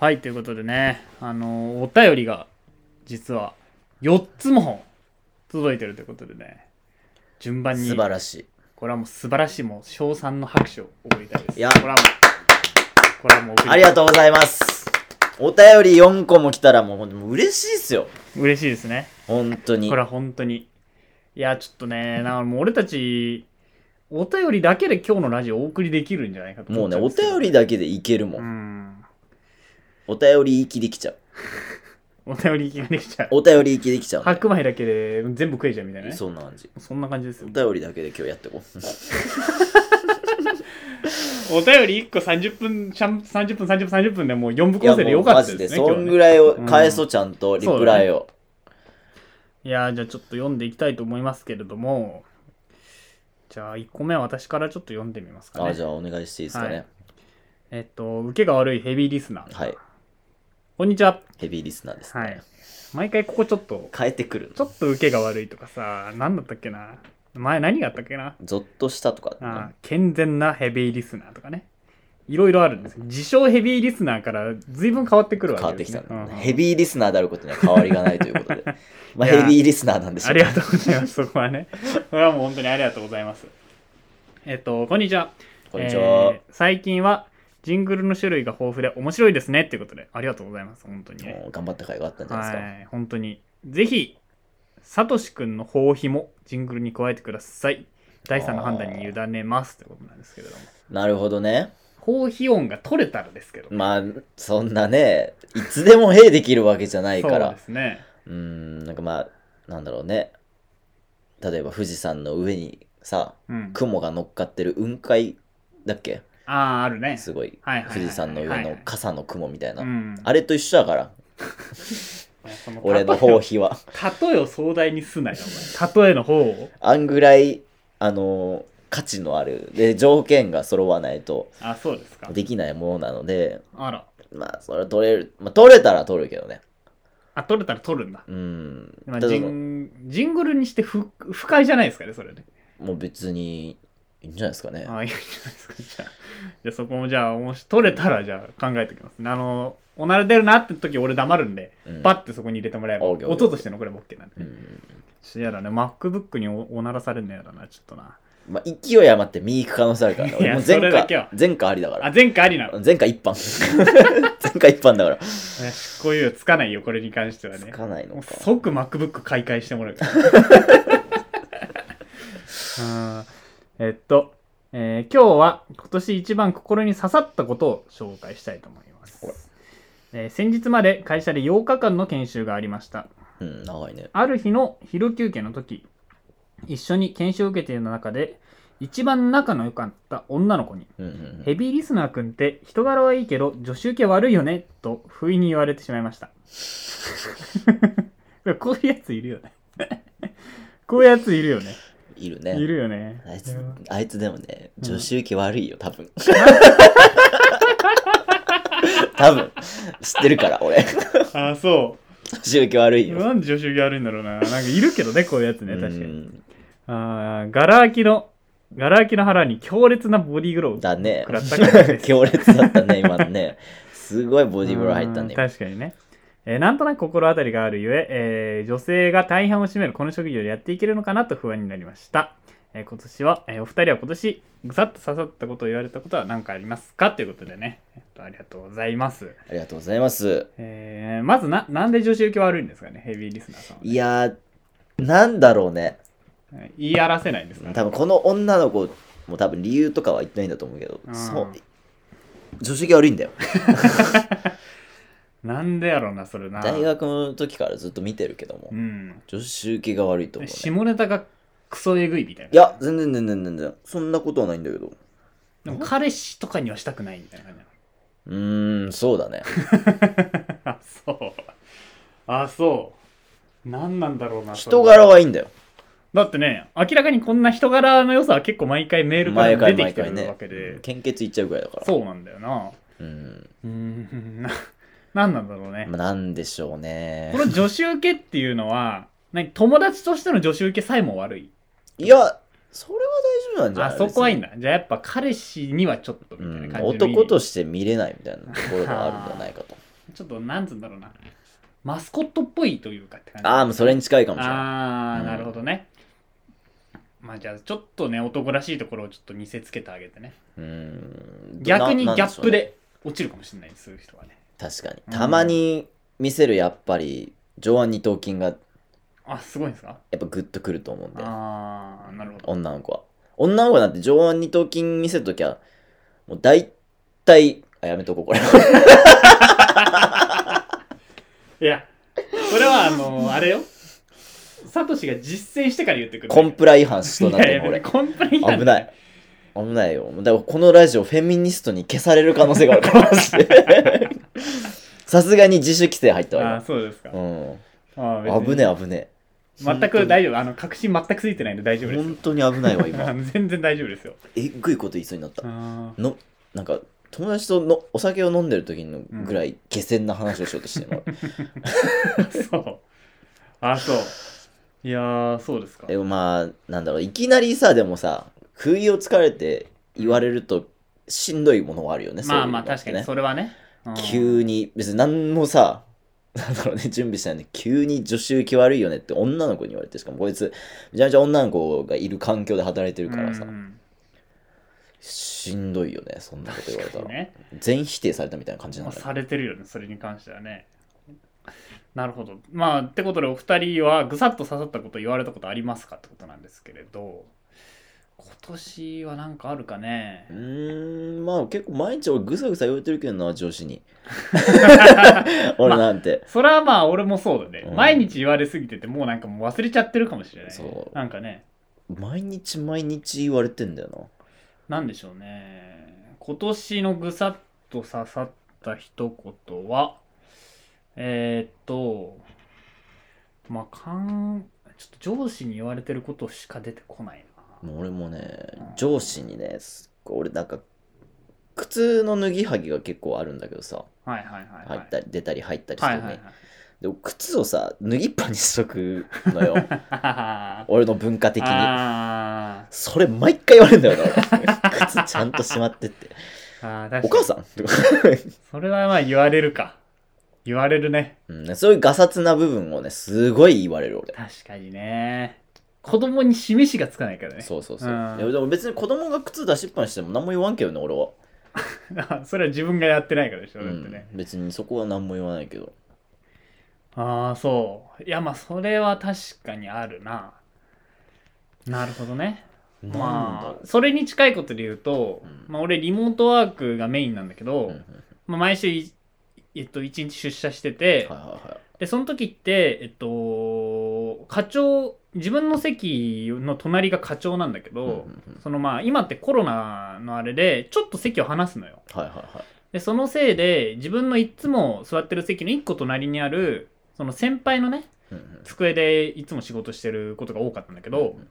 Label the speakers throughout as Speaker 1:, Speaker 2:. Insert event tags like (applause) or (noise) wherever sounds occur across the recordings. Speaker 1: はい、ということでね、あのお便りが、実は、4つも届いてるということでね、順番に、
Speaker 2: 素晴らし
Speaker 1: これはもう素晴らしい、もう、賞賛の拍手を送りたいです。
Speaker 2: いや
Speaker 1: これはもう、これはもう送
Speaker 2: い。
Speaker 1: り
Speaker 2: ありがとうございます。お便り4個も来たらもう本当に嬉しいっすよ。
Speaker 1: 嬉しいですね。
Speaker 2: 本当に
Speaker 1: これ。は本当に。いや、ちょっとね、なんかもう俺たち、お便りだけで今日のラジオお送りできるんじゃないかと
Speaker 2: も
Speaker 1: 思
Speaker 2: う
Speaker 1: っちゃ
Speaker 2: ね、
Speaker 1: ん
Speaker 2: お
Speaker 1: ですけど
Speaker 2: 便りだけでいけるも。
Speaker 1: うんん。
Speaker 2: お便り行きできちゃう。
Speaker 1: お便り気ができちゃう。
Speaker 2: お便り行きできちゃう、
Speaker 1: 白米だけで全部食えちゃうみたいな
Speaker 2: ね。
Speaker 1: ね。
Speaker 2: そんな感じ。
Speaker 1: そんな感じですよ
Speaker 2: お。便りだけで今日やって
Speaker 1: (laughs)
Speaker 2: こう。
Speaker 1: お便り1個30分、シャン30分、30分、30分でもう4部
Speaker 2: いや
Speaker 1: 構成でよか
Speaker 2: もうマ
Speaker 1: った
Speaker 2: ジ
Speaker 1: で
Speaker 2: です
Speaker 1: ね。
Speaker 2: そんぐ
Speaker 1: い。
Speaker 2: らいを返そう、ちゃんとリプライを。
Speaker 1: いやー、じゃあちょっと読んでいきたいと思いますけれども、じゃあ1個目は私からちょっと読んでみますかね。
Speaker 2: あ、じゃあお願いしていいですかね。
Speaker 1: えっと、受けが悪いヘビーリスナー。
Speaker 2: はい。
Speaker 1: こんにちは。
Speaker 2: ヘビーリスナーです、ね。
Speaker 1: はい。毎回ここちょっと、
Speaker 2: 変えてくる
Speaker 1: ちょっと受けが悪いとかさ、何だったっけな。前何があったっけな。
Speaker 2: ゾッとしたとか。
Speaker 1: ああ健全なヘビーリスナーとかね。いろいろあるんですよ自称ヘビーリスナーから随分変わってくる
Speaker 2: 変わ
Speaker 1: わ
Speaker 2: っ
Speaker 1: け
Speaker 2: て
Speaker 1: で
Speaker 2: き
Speaker 1: す、
Speaker 2: た
Speaker 1: ね。
Speaker 2: ね、
Speaker 1: うん
Speaker 2: ヘビーリスナーであることには変わりがないという
Speaker 1: (laughs)
Speaker 2: ことでまあ
Speaker 1: いや
Speaker 2: ヘビーリスナーなんでしょ
Speaker 1: あ
Speaker 2: う
Speaker 1: りがとうございます。そこはね。これはもう本当にありがとうございます。えっと、こんにちは。
Speaker 2: こんにちは、
Speaker 1: えー最近はジングルの種類が豊富で面白いですねっていうことで、ありがとうございます。本当にね。
Speaker 2: もう頑張った甲斐があったんじゃないですか、
Speaker 1: はい、本当に。ぜひ、サトシくんの方費もジングルに加えてください。第三の判断に委ねますということなんですけれども。
Speaker 2: なるほどね
Speaker 1: 方費音が取れたらですけど。
Speaker 2: まあそんなねいつでも兵できるわけじゃないか
Speaker 1: そう
Speaker 2: ら
Speaker 1: ですね。
Speaker 2: うーんなんかまあなんだろうね例えば富士山の上にさ
Speaker 1: うん。
Speaker 2: 雲が乗っかってる雲海だっけ
Speaker 1: ああ、あるね。
Speaker 2: すごい
Speaker 1: はいはいはいはい
Speaker 2: 富士山の上の傘の雲みたいな、
Speaker 1: うん。
Speaker 2: あれと一緒だから
Speaker 1: その
Speaker 2: 俺の方比
Speaker 1: (laughs)
Speaker 2: は
Speaker 1: 例えを壮大にすなよ、お前例えの方を。
Speaker 2: あんぐらい、あのー価値のある、で、条件が揃わないと
Speaker 1: あ、そうですか。
Speaker 2: できないものなので、
Speaker 1: あら。
Speaker 2: まあ、それ取れる、まあ、取れたら取るけどね。
Speaker 1: あ、取れたら取るんだ。
Speaker 2: うん。
Speaker 1: まあ、
Speaker 2: ただ
Speaker 1: ジンジングルにして不不快じゃないですかね、それね。
Speaker 2: もう別に、いいんじゃないですかね。
Speaker 1: ああ、いいじゃないですか。じゃあ、じゃあそこもじゃあ、もし取れたら、じゃあ考えておきます。あの、おなら出るなって時俺黙るんで、
Speaker 2: うん
Speaker 1: パッてそこに入れてもらえば、
Speaker 2: オーケーオーケー
Speaker 1: 音としてのこれも OK なんで。
Speaker 2: うん。
Speaker 1: ちょっとやだね、MacBook におおならされるのやだな、ちょっとな。
Speaker 2: まあ、勢い余って見に行く可能性あるからね。
Speaker 1: いや
Speaker 2: 俺もう
Speaker 1: それだ
Speaker 2: 前
Speaker 1: けは
Speaker 2: 科、前科ありだか
Speaker 1: あ、
Speaker 2: ら。
Speaker 1: 前回ありなの。ね
Speaker 2: 前科一般。 (laughs) 前科一般だから。
Speaker 1: 執行猶予つかないよ、これに関しては
Speaker 2: つ
Speaker 1: ね。
Speaker 2: かないの
Speaker 1: もう
Speaker 2: か。
Speaker 1: 即 MacBook 買い替えして
Speaker 2: (laughs)
Speaker 1: もらうからあーえっと、えー今日は今年一番心に刺さったことを紹介したいと思います
Speaker 2: ほら、
Speaker 1: えー先日まで会社で8日間の研修がありました
Speaker 2: うん、長いね。
Speaker 1: ある日の昼休憩の時一緒に研修を受けている中で一番仲の良かった女の子に
Speaker 2: うん、うん
Speaker 1: ヘビーリスナー君って人柄はいいけど助手受け悪いよねと不意に言われてしまいま
Speaker 2: (laughs)
Speaker 1: したこういうやついるよねこういうやついるよね
Speaker 2: うん。いる
Speaker 1: い
Speaker 2: ね。
Speaker 1: るよね
Speaker 2: あい
Speaker 1: い
Speaker 2: つ
Speaker 1: や、
Speaker 2: あいつでもね、
Speaker 1: うん
Speaker 2: 女子受け悪いよ、
Speaker 1: (laughs)
Speaker 2: 多分。 (laughs) 多分、知ってるから、俺。
Speaker 1: あーそ
Speaker 2: 女子受け悪
Speaker 1: う
Speaker 2: いよ。
Speaker 1: なんで助手受け悪いんだろうななんかいるけどねこういうやつね確か
Speaker 2: う
Speaker 1: に
Speaker 2: ん
Speaker 1: あーガラ空きのガラ空きの腹に強烈なボディーグローブ
Speaker 2: だね
Speaker 1: 食。らったからです
Speaker 2: (laughs) 強烈だったね、今のね。すごいボディーブロー入ったね
Speaker 1: うん。確かにね、えーなんとなく心当たりがあるゆええー女性が大半を占めるこの職業でやっていけるのかなと不安になりました、えー今年は、えーお二人は今年ぐさっと刺さったことを言われたことは何かありますかということでね、えっと、ありがとうございます、
Speaker 2: ありがとうございます。
Speaker 1: えーまずななんで女子受け悪いんですかねヘビーリスナーさんは、
Speaker 2: いやー、なんだろうね。
Speaker 1: えー言い表せないんですか、
Speaker 2: 多分この女の子も多分理由とかは言ってないんだと思うけど、
Speaker 1: うん
Speaker 2: そう。女子受け悪いんだよ。
Speaker 1: なんでやろうなそれな
Speaker 2: 大学の時からずっと見てるけども
Speaker 1: う、ん
Speaker 2: 女子受けが悪いと思うね。
Speaker 1: 下ネタがクソえぐいみたいない
Speaker 2: や、全然全然全然。そんなことはないんだけど。
Speaker 1: でも彼氏とかにはしたくないみたいな感じなの
Speaker 2: うーん、そうだね。
Speaker 1: (laughs) あそうあそう何なんだろうなそれ
Speaker 2: 人柄はいいんだよ。
Speaker 1: だってね明らかにこんな人柄の良さは結構毎回メールか
Speaker 2: 毎
Speaker 1: ら出
Speaker 2: 回
Speaker 1: てき
Speaker 2: 毎
Speaker 1: て
Speaker 2: 回
Speaker 1: るわ
Speaker 2: ね
Speaker 1: けで、。
Speaker 2: 献血いっちゃうぐらいだから。
Speaker 1: そうなんだよな
Speaker 2: うん。
Speaker 1: うーん (laughs) な何なんだろうね、
Speaker 2: まあなんでしょうね
Speaker 1: こ。の女子受けっていうのは何友達としての女子受けさえも悪い
Speaker 2: いや、それは大丈夫なんじゃ
Speaker 1: あ
Speaker 2: ない
Speaker 1: そこはいいん
Speaker 2: だ。
Speaker 1: だじゃあやっぱ彼氏にはちょっとみ
Speaker 2: う、
Speaker 1: たいなん感じの意味、
Speaker 2: 男として見れないみたいなところがあるんじゃないかと。
Speaker 1: ちょっとなんつうんだろうなマスコットっぽいというかって感じ
Speaker 2: (laughs) ああ、もうそれに近いかもしれない。
Speaker 1: あー
Speaker 2: うん
Speaker 1: なるほどね、まあじゃあちょっとね男らしいところをちょっと見せつけてあげてね
Speaker 2: うーん
Speaker 1: 逆にギ
Speaker 2: な
Speaker 1: ャ
Speaker 2: なん
Speaker 1: ッ
Speaker 2: しょ
Speaker 1: プ
Speaker 2: うね
Speaker 1: で落ちるかもしれないですそういう人はね
Speaker 2: 確かに
Speaker 1: うん
Speaker 2: たまに見せるやっぱり上腕二頭筋がや
Speaker 1: あすごいんですか
Speaker 2: っぱグッとくると思うんで
Speaker 1: ああなるほど
Speaker 2: 女の子は女の子なんて上腕二頭筋見せるときはもう大体あやめとこう
Speaker 1: (laughs)
Speaker 2: これ
Speaker 1: いやそれはあ
Speaker 2: (laughs)
Speaker 1: のあれよサトシが実践してから言ってくる
Speaker 2: コンプラ違反しそうになって
Speaker 1: い
Speaker 2: る
Speaker 1: やいや
Speaker 2: 俺
Speaker 1: コンプライアンス
Speaker 2: 危ない危ないよだからこのラジオフェミニストに消される可能性があるからマジ
Speaker 1: (laughs)
Speaker 2: でさすがに自主規制入っ
Speaker 1: あ
Speaker 2: たわ
Speaker 1: あそうですか、
Speaker 2: よ、
Speaker 1: あ
Speaker 2: う
Speaker 1: あ
Speaker 2: ん、
Speaker 1: 別に
Speaker 2: 危ねえ危ねえ
Speaker 1: 全く大丈夫あの確信全くついてないんで大丈夫です
Speaker 2: 本当に危ないわ
Speaker 1: あ
Speaker 2: 今
Speaker 1: の (laughs) 全然大丈夫ですよ
Speaker 2: (laughs) えぐいこと言いそうになった
Speaker 1: あ
Speaker 2: のなんか友達とのお酒を飲んでる時のぐらい下船な話をしようとしてるの、 (laughs)
Speaker 1: ーそうあそういやーそうですか
Speaker 2: でもまあなんだろういきなりさでもさ不意をつかれて言われるとしんどいものはあるよね
Speaker 1: まあまあ
Speaker 2: そういうのっ
Speaker 1: 確か
Speaker 2: て
Speaker 1: に
Speaker 2: ね
Speaker 1: それはね
Speaker 2: 急に別に何もさ (laughs) なんだろうね準備してないんで急に助手行き悪いよねって女の子に言われてしかもこいつめちゃめちゃ女の子がいる環境で働いて
Speaker 1: い
Speaker 2: るからさ、しんどいよねそんなこと言われたら、
Speaker 1: ね
Speaker 2: 全否定されたみたいな感じな
Speaker 1: まあ
Speaker 2: んだよ
Speaker 1: されてるよねそれに関してはねなるほどまあってことでお二人はぐさっと刺さったこと言われたことありますかってことなんですけれど今年は何かあるかね
Speaker 2: うーんまあ結構毎日俺ぐさぐさ言われてるけどな
Speaker 1: (laughs)
Speaker 2: 上司に俺なんて、
Speaker 1: それはまあ俺もそうだね、
Speaker 2: うん
Speaker 1: 毎日言われすぎててもうなんかもう忘れちゃってるかもしれない
Speaker 2: そう
Speaker 1: なんかね
Speaker 2: 毎日毎日言われてんだよ
Speaker 1: なんでしょうね今年のぐさっと刺さった一言はえー、っとまあかんちょっと上司に言われてることしか出てこない
Speaker 2: なもう俺もね
Speaker 1: うん
Speaker 2: 上司にねすっごい俺なんか靴の脱ぎはぎが結構あるんだけどさ
Speaker 1: なはいはいはいは
Speaker 2: 入
Speaker 1: い
Speaker 2: ったり出たり入ったりす
Speaker 1: はい
Speaker 2: る
Speaker 1: はいは
Speaker 2: ね
Speaker 1: い
Speaker 2: でも靴をさ脱ぎっぱにしとくの
Speaker 1: (laughs)
Speaker 2: よ
Speaker 1: あ
Speaker 2: 俺の文化的に
Speaker 1: あ
Speaker 2: それ毎回言われるんだよな俺靴ちゃんとしまってって
Speaker 1: ーあー確
Speaker 2: お
Speaker 1: か
Speaker 2: 母
Speaker 1: に
Speaker 2: さんとか、
Speaker 1: それはまあ言われるか言われるね
Speaker 2: うん、そういうガサツな部分をねすごい言われる俺
Speaker 1: 確かにね子供に示しがつかないからね
Speaker 2: そうそうそ
Speaker 1: う
Speaker 2: う。
Speaker 1: ん
Speaker 2: いやでも別に子供が靴出しっぱなしても何も言わんけどね、俺は。
Speaker 1: あ (laughs) それは自分がやってないからでしょ、
Speaker 2: う
Speaker 1: だって
Speaker 2: ん
Speaker 1: ね、
Speaker 2: 別にそこは何も言わないけど。
Speaker 1: ああそういやまあそれは確かにあるななるほどね
Speaker 2: なんだ
Speaker 1: ま
Speaker 2: ろ
Speaker 1: あそれに近いことで言うと、
Speaker 2: うん
Speaker 1: まあ、俺リモートワークがメインなんだけど、
Speaker 2: う。うんうん
Speaker 1: まあ、毎週いえっと、1日出社してて、
Speaker 2: はいはいはい。
Speaker 1: でその時って、えっと、課長自分の席の隣が課長なんだけど、
Speaker 2: うんうんうん
Speaker 1: そのまあ今ってコロナのあれでちょっと席を離すのよ
Speaker 2: はいはいはい。
Speaker 1: でそのせいで自分のいつも座ってる席の1個隣にあるその先輩のね
Speaker 2: うんうん
Speaker 1: 机でいつも仕事してることが多かったんだけ
Speaker 2: う
Speaker 1: ど
Speaker 2: んうん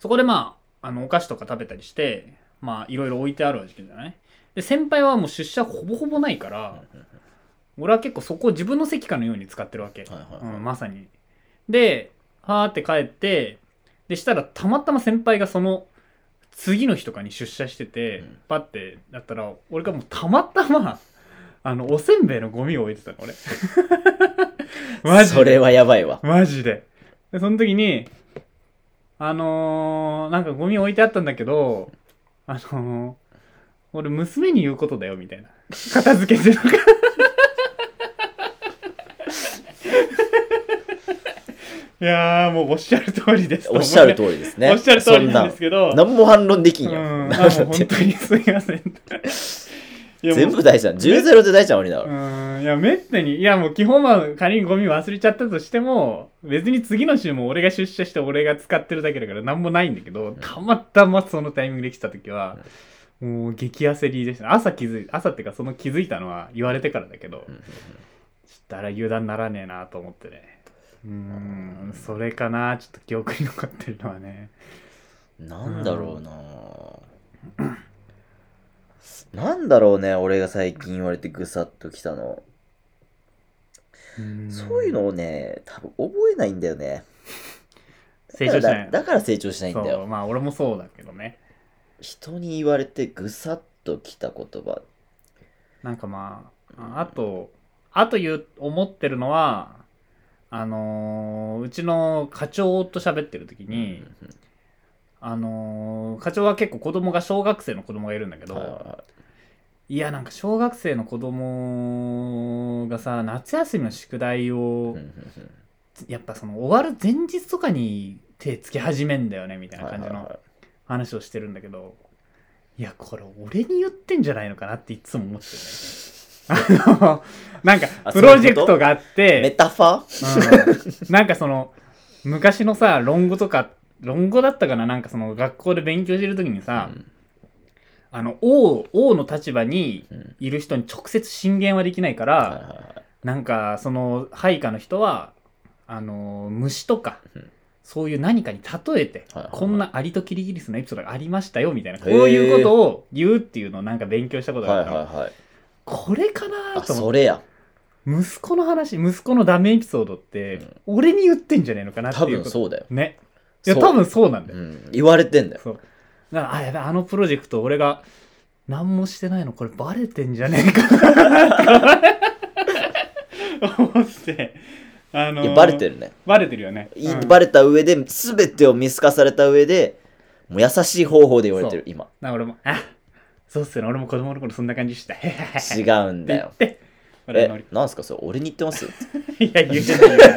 Speaker 1: そこでまああのお菓子とか食べたりしてまあいろいろ置いてある時期じゃないで先輩はもう出社ほぼほぼないから俺は結構そこを自分の席かのように使ってるわけ、
Speaker 2: はいはいは
Speaker 1: う
Speaker 2: い
Speaker 1: ん、まさにではーって帰ってでしたらたまたま先輩がその次の日とかに出社してて、
Speaker 2: うん
Speaker 1: パッてだったら俺がもうたまたまあのおせんべいのゴミを置いてたの
Speaker 2: (laughs)
Speaker 1: 俺マジ
Speaker 2: それはやばいわ。
Speaker 1: マジででその時にあのーなんかゴミ置いてあったんだけどあのー俺娘に言うことだよみたいな片付けてるから (laughs) いやーもうおっしゃる通りです
Speaker 2: おっしゃる
Speaker 1: り
Speaker 2: 通りです
Speaker 1: (laughs)
Speaker 2: ね。
Speaker 1: おっしゃる通りなんです
Speaker 2: け
Speaker 1: けど
Speaker 2: ど。何も反論できん
Speaker 1: う
Speaker 2: よ。
Speaker 1: んあ
Speaker 2: だ
Speaker 1: もう
Speaker 2: って
Speaker 1: 本当にすいませんいやもう
Speaker 2: (laughs) 全部大事だ。10ゼロで大事だ、俺だ
Speaker 1: う
Speaker 2: わ。
Speaker 1: ーんいやめったにいやもう基本は仮にゴミ忘れちゃったとしても別に次の週も俺が出社して俺が使ってるだけだから何もないんだけど、たまたまそのタイミングで来た時は、もう激焦りでした朝気づい朝っていうかその気づいたのは言われてからだけど、
Speaker 2: うんうんうん
Speaker 1: ちょっとあれは油断ならねえなと思ってねうーんそれかなちょっと記憶に残ってるのはね
Speaker 2: なんだろうななんだろうね、俺が最近言われてぐさっときたの。そういうのをね、多分覚えないんだよね。
Speaker 1: 成長しない
Speaker 2: だだから成長しないんだ
Speaker 1: そう
Speaker 2: よ。
Speaker 1: まあ俺もそうだけどね
Speaker 2: 人に言われてぐさっときた言葉。
Speaker 1: なんかまあ、ああと、あと言う、思ってるのは、あのーうちの課長と喋ってる時
Speaker 2: うん
Speaker 1: に、あのー課長は結構子供が小学生の子供がいるんだけ
Speaker 2: うん
Speaker 1: ど、
Speaker 2: はいはいはい
Speaker 1: いや、なんか小学生の子供がさ、夏休みの宿題を
Speaker 2: うんう、ん
Speaker 1: やっぱその終わる前日とかに手つけ始めんだよね、みたいな
Speaker 2: は
Speaker 1: 感
Speaker 2: いは
Speaker 1: じ
Speaker 2: い
Speaker 1: の
Speaker 2: は
Speaker 1: 話をしてるんだけど、いや、これ俺に言ってんじゃないのかなっていつも思ってるね。 (laughs) あの、なんか、
Speaker 2: あ
Speaker 1: プロジェクトがあっ
Speaker 2: い
Speaker 1: て、
Speaker 2: メタファー
Speaker 1: うん (laughs) なんかその、昔のさ、論語とか、論語だったかななんかその学校で勉強してるときにさ、あの、王、王の立場に
Speaker 2: うんうん
Speaker 1: いる人に直接進言はできないから、
Speaker 2: はいはいはい
Speaker 1: なんかその配下の人はあの虫とか、
Speaker 2: うん
Speaker 1: そういう何かに例えて、
Speaker 2: はいはいはい
Speaker 1: こんなアリとキリギリスのエピソードがありましたよみたいなこ
Speaker 2: へ
Speaker 1: う
Speaker 2: ー
Speaker 1: いうことを言うっていうのをなんか勉強したことが
Speaker 2: は
Speaker 1: あ
Speaker 2: い
Speaker 1: るか
Speaker 2: は
Speaker 1: ら、
Speaker 2: いはい。
Speaker 1: これかな
Speaker 2: あ、
Speaker 1: と思
Speaker 2: そ
Speaker 1: って
Speaker 2: れや。
Speaker 1: 息子の話息子のダメエピソードって、
Speaker 2: うん
Speaker 1: 俺に言ってんじゃねえのかなって
Speaker 2: 多
Speaker 1: いう
Speaker 2: 分
Speaker 1: こと
Speaker 2: そうだよ。
Speaker 1: ねいや
Speaker 2: そう
Speaker 1: 多分そうなんだよ、
Speaker 2: うん、言われてんだよ。
Speaker 1: そうだからあやべあのプロジェクト俺が何もしてないのこれバレてんじゃねえかなって思ってあの
Speaker 2: いやバレてるね。
Speaker 1: バレてるよね、
Speaker 2: い
Speaker 1: うん
Speaker 2: バレた上で、全てを見透かされた上で、もう優しい方法で言われてる、今。
Speaker 1: な俺もあそうっすよね俺も子供の頃そんな感じしたへへへ
Speaker 2: 違
Speaker 1: っ
Speaker 2: うん
Speaker 1: て
Speaker 2: だ
Speaker 1: 言
Speaker 2: よ
Speaker 1: っ。て (laughs) 俺の
Speaker 2: え、なんすかそれ、俺に言って
Speaker 1: (laughs)
Speaker 2: ます
Speaker 1: いや言えない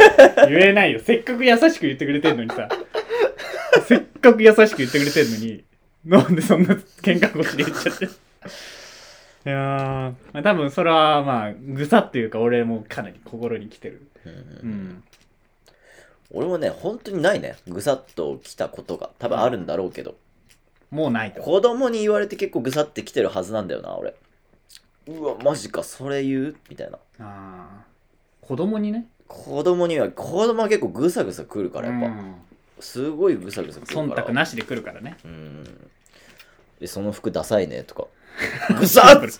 Speaker 1: よ言えないよせっかく優しく言ってくれてんのに
Speaker 2: (laughs)
Speaker 1: させっかく優しく言ってくれてんのになんでそんな喧嘩腰で言っちゃっていやー、まあ、多分それはまあぐさっていうか俺もかなり心に来てる
Speaker 2: うんうん
Speaker 1: うん
Speaker 2: 俺もね、本当にないね。ぐさっと来たことが。多分あるんだろうけど。
Speaker 1: もうないと
Speaker 2: 子供に言われて結構ぐさって来てるはずなんだよな、俺。うわ、マジか、それ言うみたいな。
Speaker 1: あー子供にね
Speaker 2: 子供には、子供は結構ぐさぐさ来るから、やっぱ。
Speaker 1: うん
Speaker 2: すごいぐさぐさ来るから。
Speaker 1: 忖度なしで来るからね
Speaker 2: うん。え、その服ダサいね、
Speaker 1: (laughs)
Speaker 2: とか。ぐさっ
Speaker 1: シ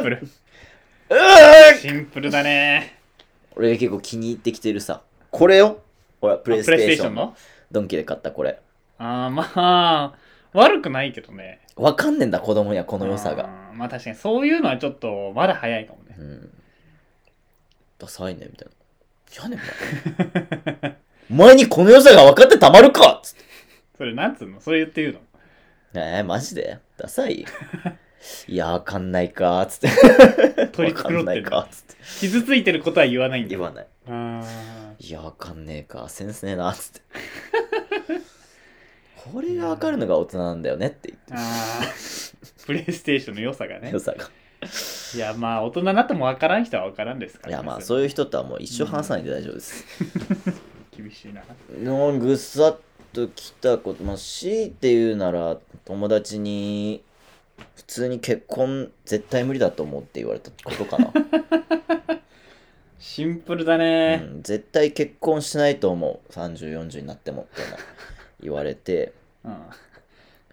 Speaker 1: ンプル
Speaker 2: うー
Speaker 1: シンプルだね
Speaker 2: 俺が結構気に入ってきてるさ。これよほ (laughs) ら、プ
Speaker 1: プ
Speaker 2: レイステーションの
Speaker 1: の
Speaker 2: ドンキで買ったこれ。
Speaker 1: ああまあ悪くないけどね
Speaker 2: わかんねえんだ、子供にはこの良さが。
Speaker 1: あーまあ確かにそういうのはちょっとまだ早いかもね
Speaker 2: うん。ダサいね、みたいな。やねん (laughs) お前お前にこの良さが分かってたまるかつって
Speaker 1: それなんつうのそれ言って言うの
Speaker 2: えー、マジでダサ (laughs) いいや、わかんないかつって。
Speaker 1: 取り
Speaker 2: わか
Speaker 1: 繕
Speaker 2: ん
Speaker 1: っ
Speaker 2: な
Speaker 1: て
Speaker 2: い
Speaker 1: るの
Speaker 2: かつって。
Speaker 1: 傷ついてることは言わないんだ
Speaker 2: 言
Speaker 1: よ
Speaker 2: わない。
Speaker 1: あ
Speaker 2: いや、わかんねえか。センスねえなつ (laughs) って。これがわかるのが大人なんだよねって言って
Speaker 1: ーあープレイステーションの良さが
Speaker 2: る
Speaker 1: ね
Speaker 2: 良さが。
Speaker 1: いやまあ大人になっても分からん人は分からんですか
Speaker 2: い
Speaker 1: ら、ね、
Speaker 2: やまあそういうう人とはもう一生話さないで大丈夫です。
Speaker 1: 厳しいな
Speaker 2: のぐさっと来たこと、まあ、強いて言うなら友達に普通に結婚絶対無理だと思うって言われたこと
Speaker 1: (laughs)
Speaker 2: かな、
Speaker 1: シンプルだ
Speaker 2: う
Speaker 1: ね、
Speaker 2: ん、絶対結婚しないと思う3040になってもみたいな言われて
Speaker 1: うん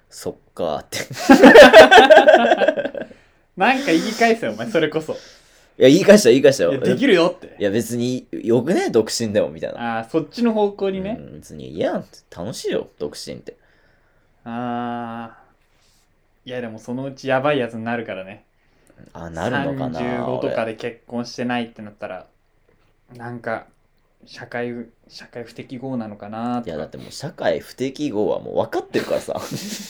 Speaker 2: そっかーって (laughs)
Speaker 1: なんか言い返せよお前それこそ
Speaker 2: いや言い返した言い返した
Speaker 1: い
Speaker 2: よ
Speaker 1: やできるよっ
Speaker 2: い
Speaker 1: て
Speaker 2: や別によくね独身でもみたいな、
Speaker 1: ああそっちの方向にね、
Speaker 2: うん別にいやん楽しいよ独身って
Speaker 1: ああいやでもそのうちやばいやつになるからね
Speaker 2: あなるのかな
Speaker 1: 35とか
Speaker 2: で
Speaker 1: で結婚してないってなったらなんか社会社会不適合なのかないと
Speaker 2: や
Speaker 1: か
Speaker 2: だ
Speaker 1: だか
Speaker 2: ってもう社会不適合はもう分かってるからさ (laughs)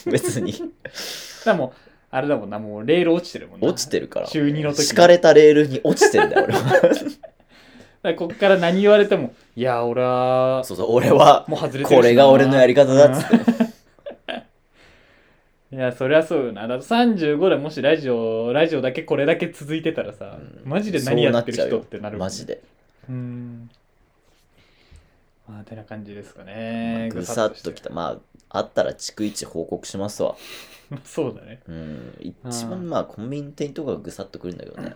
Speaker 2: 別に
Speaker 1: らもうあれだもんなもうレール落ちてるもんな
Speaker 2: 落ちてるから
Speaker 1: 中二の時に
Speaker 2: 敷かれたレールに落ちてんだよ
Speaker 1: (laughs)
Speaker 2: 俺は
Speaker 1: だからこっから何言われてもいや俺は
Speaker 2: そうそう俺は
Speaker 1: もう外れてるしな
Speaker 2: これが俺のやり方だっつって
Speaker 1: いやそりゃそうよなだって35でもしラジオラジオだけこれだけ続いてたらさ、
Speaker 2: うん
Speaker 1: (laughs) マジで何やってる人ってなる
Speaker 2: そうなっちゃうよ
Speaker 1: もん
Speaker 2: マジで
Speaker 1: うんまあてな感じですかね
Speaker 2: ぐさっ
Speaker 1: して
Speaker 2: ときたまああったら逐一報告しますわ
Speaker 1: (laughs) そうだね
Speaker 2: うん
Speaker 1: あー
Speaker 2: 一番まあコンビニ店員とかがぐさっとくるんだけどね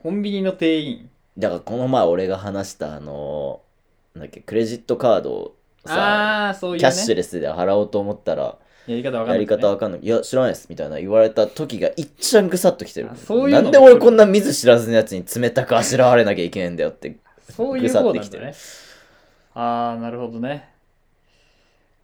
Speaker 1: コンビニの店員
Speaker 2: だからこの前俺が話したあのなんだっけクレジットカードをさ
Speaker 1: ああーそういう、ね、
Speaker 2: キャッシュレスで払おうと思ったら
Speaker 1: やり方わかんな
Speaker 2: や
Speaker 1: い、
Speaker 2: り方わかんない。いや、知らないです。みたいな言われた時が一番ぐさっときてる
Speaker 1: あ。そういうの
Speaker 2: なんで俺こんな見ず知らずのやつに冷たくあしらわれなきゃいけないんだよって。
Speaker 1: そういう方なんだねああなるほどね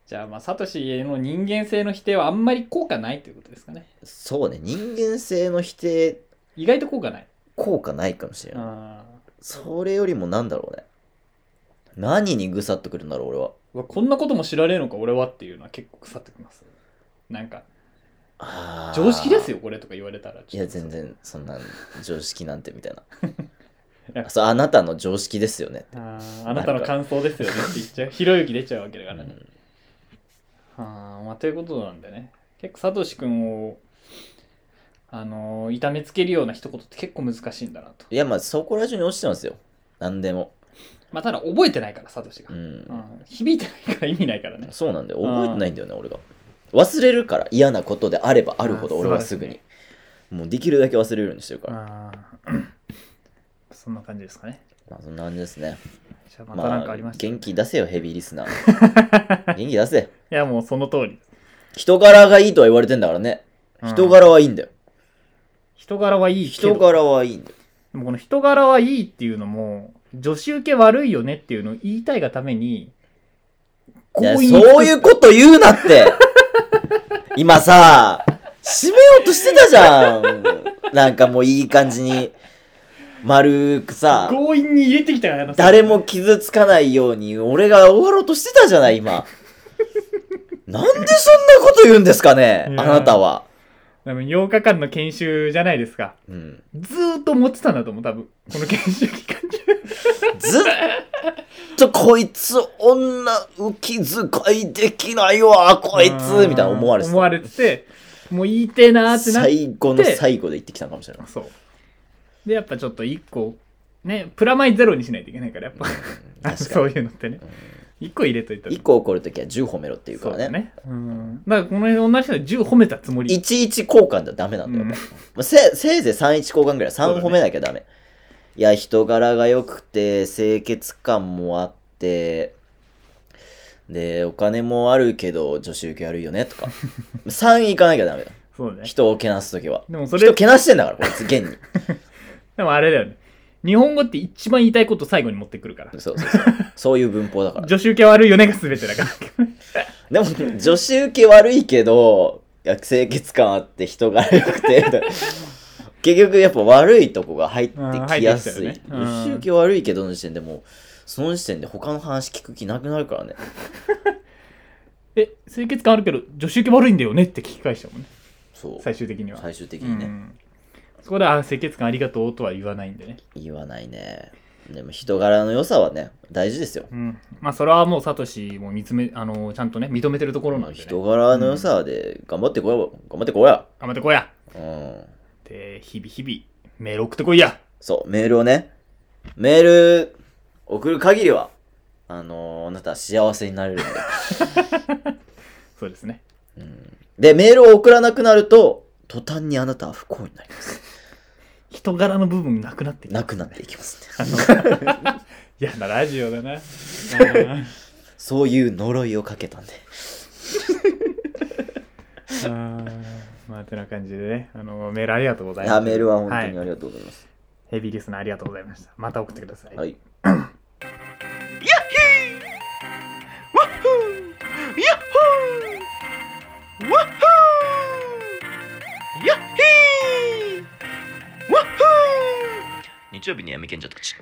Speaker 1: じゃあまあサトシへの人間性の否定はあんまり効果ないということですかね
Speaker 2: そうね、人間性の否定、
Speaker 1: 意外と効果ない
Speaker 2: 効果ないかもしれない。
Speaker 1: あ
Speaker 2: それよりもなんだろうね。何にぐさっとくるんだろう、俺は。
Speaker 1: ーうわこんなことも知られるのか俺はっていうのは結構腐ってきますなんか
Speaker 2: あー
Speaker 1: 常識ですよこれとか言われたら
Speaker 2: いや、全然、そんな、常識なんてみたい
Speaker 1: なん (laughs)
Speaker 2: な。
Speaker 1: か
Speaker 2: そう、あなたの常識ですよね。
Speaker 1: あーあなたの感想ですよねって言っちゃうひろゆき出ちゃうわけだからね、はあまあということなんでね結構サトシ君をあのー痛めつけるような一言って結構難しいんだなと
Speaker 2: いや、まあ、そこら中に落ちてますよ。何でも。
Speaker 1: まあただ覚えてないからサトシが、
Speaker 2: う
Speaker 1: うん
Speaker 2: ん。
Speaker 1: 響いてないから意味ないからね
Speaker 2: そうなんだよ。覚えてないんだよね、俺が。忘れるから、嫌なことであればあるほど、
Speaker 1: あー
Speaker 2: 俺は
Speaker 1: そ
Speaker 2: す
Speaker 1: うで
Speaker 2: ぐ
Speaker 1: すね
Speaker 2: に。もうできるだけ忘れるようにしてるから。
Speaker 1: あーそんな感じですかね
Speaker 2: まあ、そんな感じですね。
Speaker 1: じゃあまた何かありました、
Speaker 2: 元気出せよ、ヘビーリスナー。 (laughs) 元気出せ。
Speaker 1: いやもうその通りです
Speaker 2: 人柄がいいとは言われてんだからね。人柄はいいんだよ。
Speaker 1: 人柄はいいけど
Speaker 2: 人柄はいいんだよ。
Speaker 1: でもこの人柄はいいっていうのも女子受け悪いよねっていうのを言いたいがために
Speaker 2: いや
Speaker 1: 強引に
Speaker 2: そういうこと言うなって。 (laughs) 今さ、締めようとしてたじゃん。なんかもういい感じに、丸くさ、
Speaker 1: 強引に入れてきたからな
Speaker 2: 誰も傷つかないように、俺が終わろうとしてたじゃな
Speaker 1: (laughs)
Speaker 2: い、今。なんでそんなこと言うんですかね、あ
Speaker 1: いや
Speaker 2: なたは。
Speaker 1: 多分8日間の研修じゃないですか
Speaker 2: うん、
Speaker 1: ずーっと持ってたんだと思う多分この研修期間中
Speaker 2: ずっとこいつ女浮き遣いできないわ (laughs) こいつみたいな思われて
Speaker 1: 思われててもう言いてえなーってなって
Speaker 2: 最後の最後で言ってきたのかもしれない
Speaker 1: そうでやっぱちょっと1個ねプラマイゼロにしないといけないからやっぱ
Speaker 2: 確
Speaker 1: (laughs)
Speaker 2: か
Speaker 1: そ
Speaker 2: に
Speaker 1: ういうのってね1個入れといたら
Speaker 2: 1個怒るときは10褒めろっていう
Speaker 1: そ
Speaker 2: か
Speaker 1: う
Speaker 2: ら
Speaker 1: だ
Speaker 2: ね
Speaker 1: ねうんだからこの女の人は10褒めたつもり
Speaker 2: 11交換じゃダメなんだよ、
Speaker 1: うん
Speaker 2: まあせせいぜい31交換ぐらい3褒めなきゃダメ、いや人柄が良くて清潔感もあってでお金もあるけど女子受け悪いよねと
Speaker 1: (laughs)
Speaker 2: か3いかなきゃダメだ
Speaker 1: そうだね
Speaker 2: 人をけなすときは
Speaker 1: でもそれ
Speaker 2: 人けなしてんだからこいつ現に
Speaker 1: でもあれだよね。日本語って一番言いたいことを最後に持ってくるから。
Speaker 2: そうそうそうそういう文法だから
Speaker 1: 女子受け悪いよねが全てだから。
Speaker 2: でも女子受け悪いけどいや清潔感あって人が良くて結局やっぱ悪いとこが入ってきやすい、
Speaker 1: うん入ってきたよねうん
Speaker 2: 女子受け悪いけどの時点でもうその時点で他の話聞く気なくなるからね
Speaker 1: (laughs) え、清潔感あるけど、女子受け悪いんだよねって聞き返したもんね。
Speaker 2: そう
Speaker 1: 最終的には。
Speaker 2: 最終的
Speaker 1: う
Speaker 2: にね、
Speaker 1: ん。そこで、あ、清潔感ありがとうとは言わないんでね。
Speaker 2: 言わないねでも人柄の良さはね大事ですよ
Speaker 1: うん。まあ、それはもう、サトシも見つめ、あの、ちゃんとね、認めてるところなんで、ね。
Speaker 2: 人柄の良さで頑張ってこよう、頑張ってこよ
Speaker 1: 頑張ってこいや。
Speaker 2: う、うん、
Speaker 1: で、日々日々、メール送ってこいや。
Speaker 2: そう、メールをね、メール送る限りは、あのーあなたは幸せになれるんで。
Speaker 1: そうですね。
Speaker 2: で、メールを送らなくなると、途端にあなたは不幸になります。
Speaker 1: 人柄の部分なくなってき
Speaker 2: なくなっていきます
Speaker 1: あ
Speaker 2: ね。
Speaker 1: の嫌なラジオ
Speaker 2: (laughs)
Speaker 1: だな。うん
Speaker 2: そういう呪いをかけたんで。
Speaker 1: あーまあ、てな感じでね、あの、メールありがとうござい
Speaker 2: い
Speaker 1: ます。
Speaker 2: や、メールは本当に
Speaker 1: は
Speaker 2: あ
Speaker 1: い
Speaker 2: りがとうございます。
Speaker 1: ヘビーリスナーありがとうございました。また送ってください。
Speaker 2: はい。日曜日にやめけんじゃったち。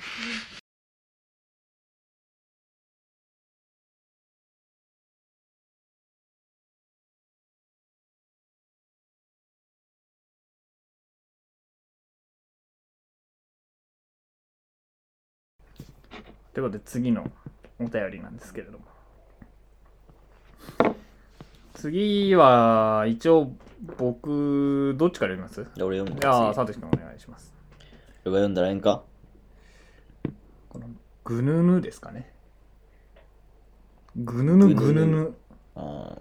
Speaker 1: ということで、次のお便りなんですけれども。次は、一応、僕、どっちから読みます
Speaker 2: じゃあ俺読む
Speaker 1: じゃあ、
Speaker 2: か。
Speaker 1: サトシ君お願いします。
Speaker 2: 次俺が読んだらええんか
Speaker 1: この、ぐぬぬですかね。ぐぬぬぐぬぬ。
Speaker 2: あー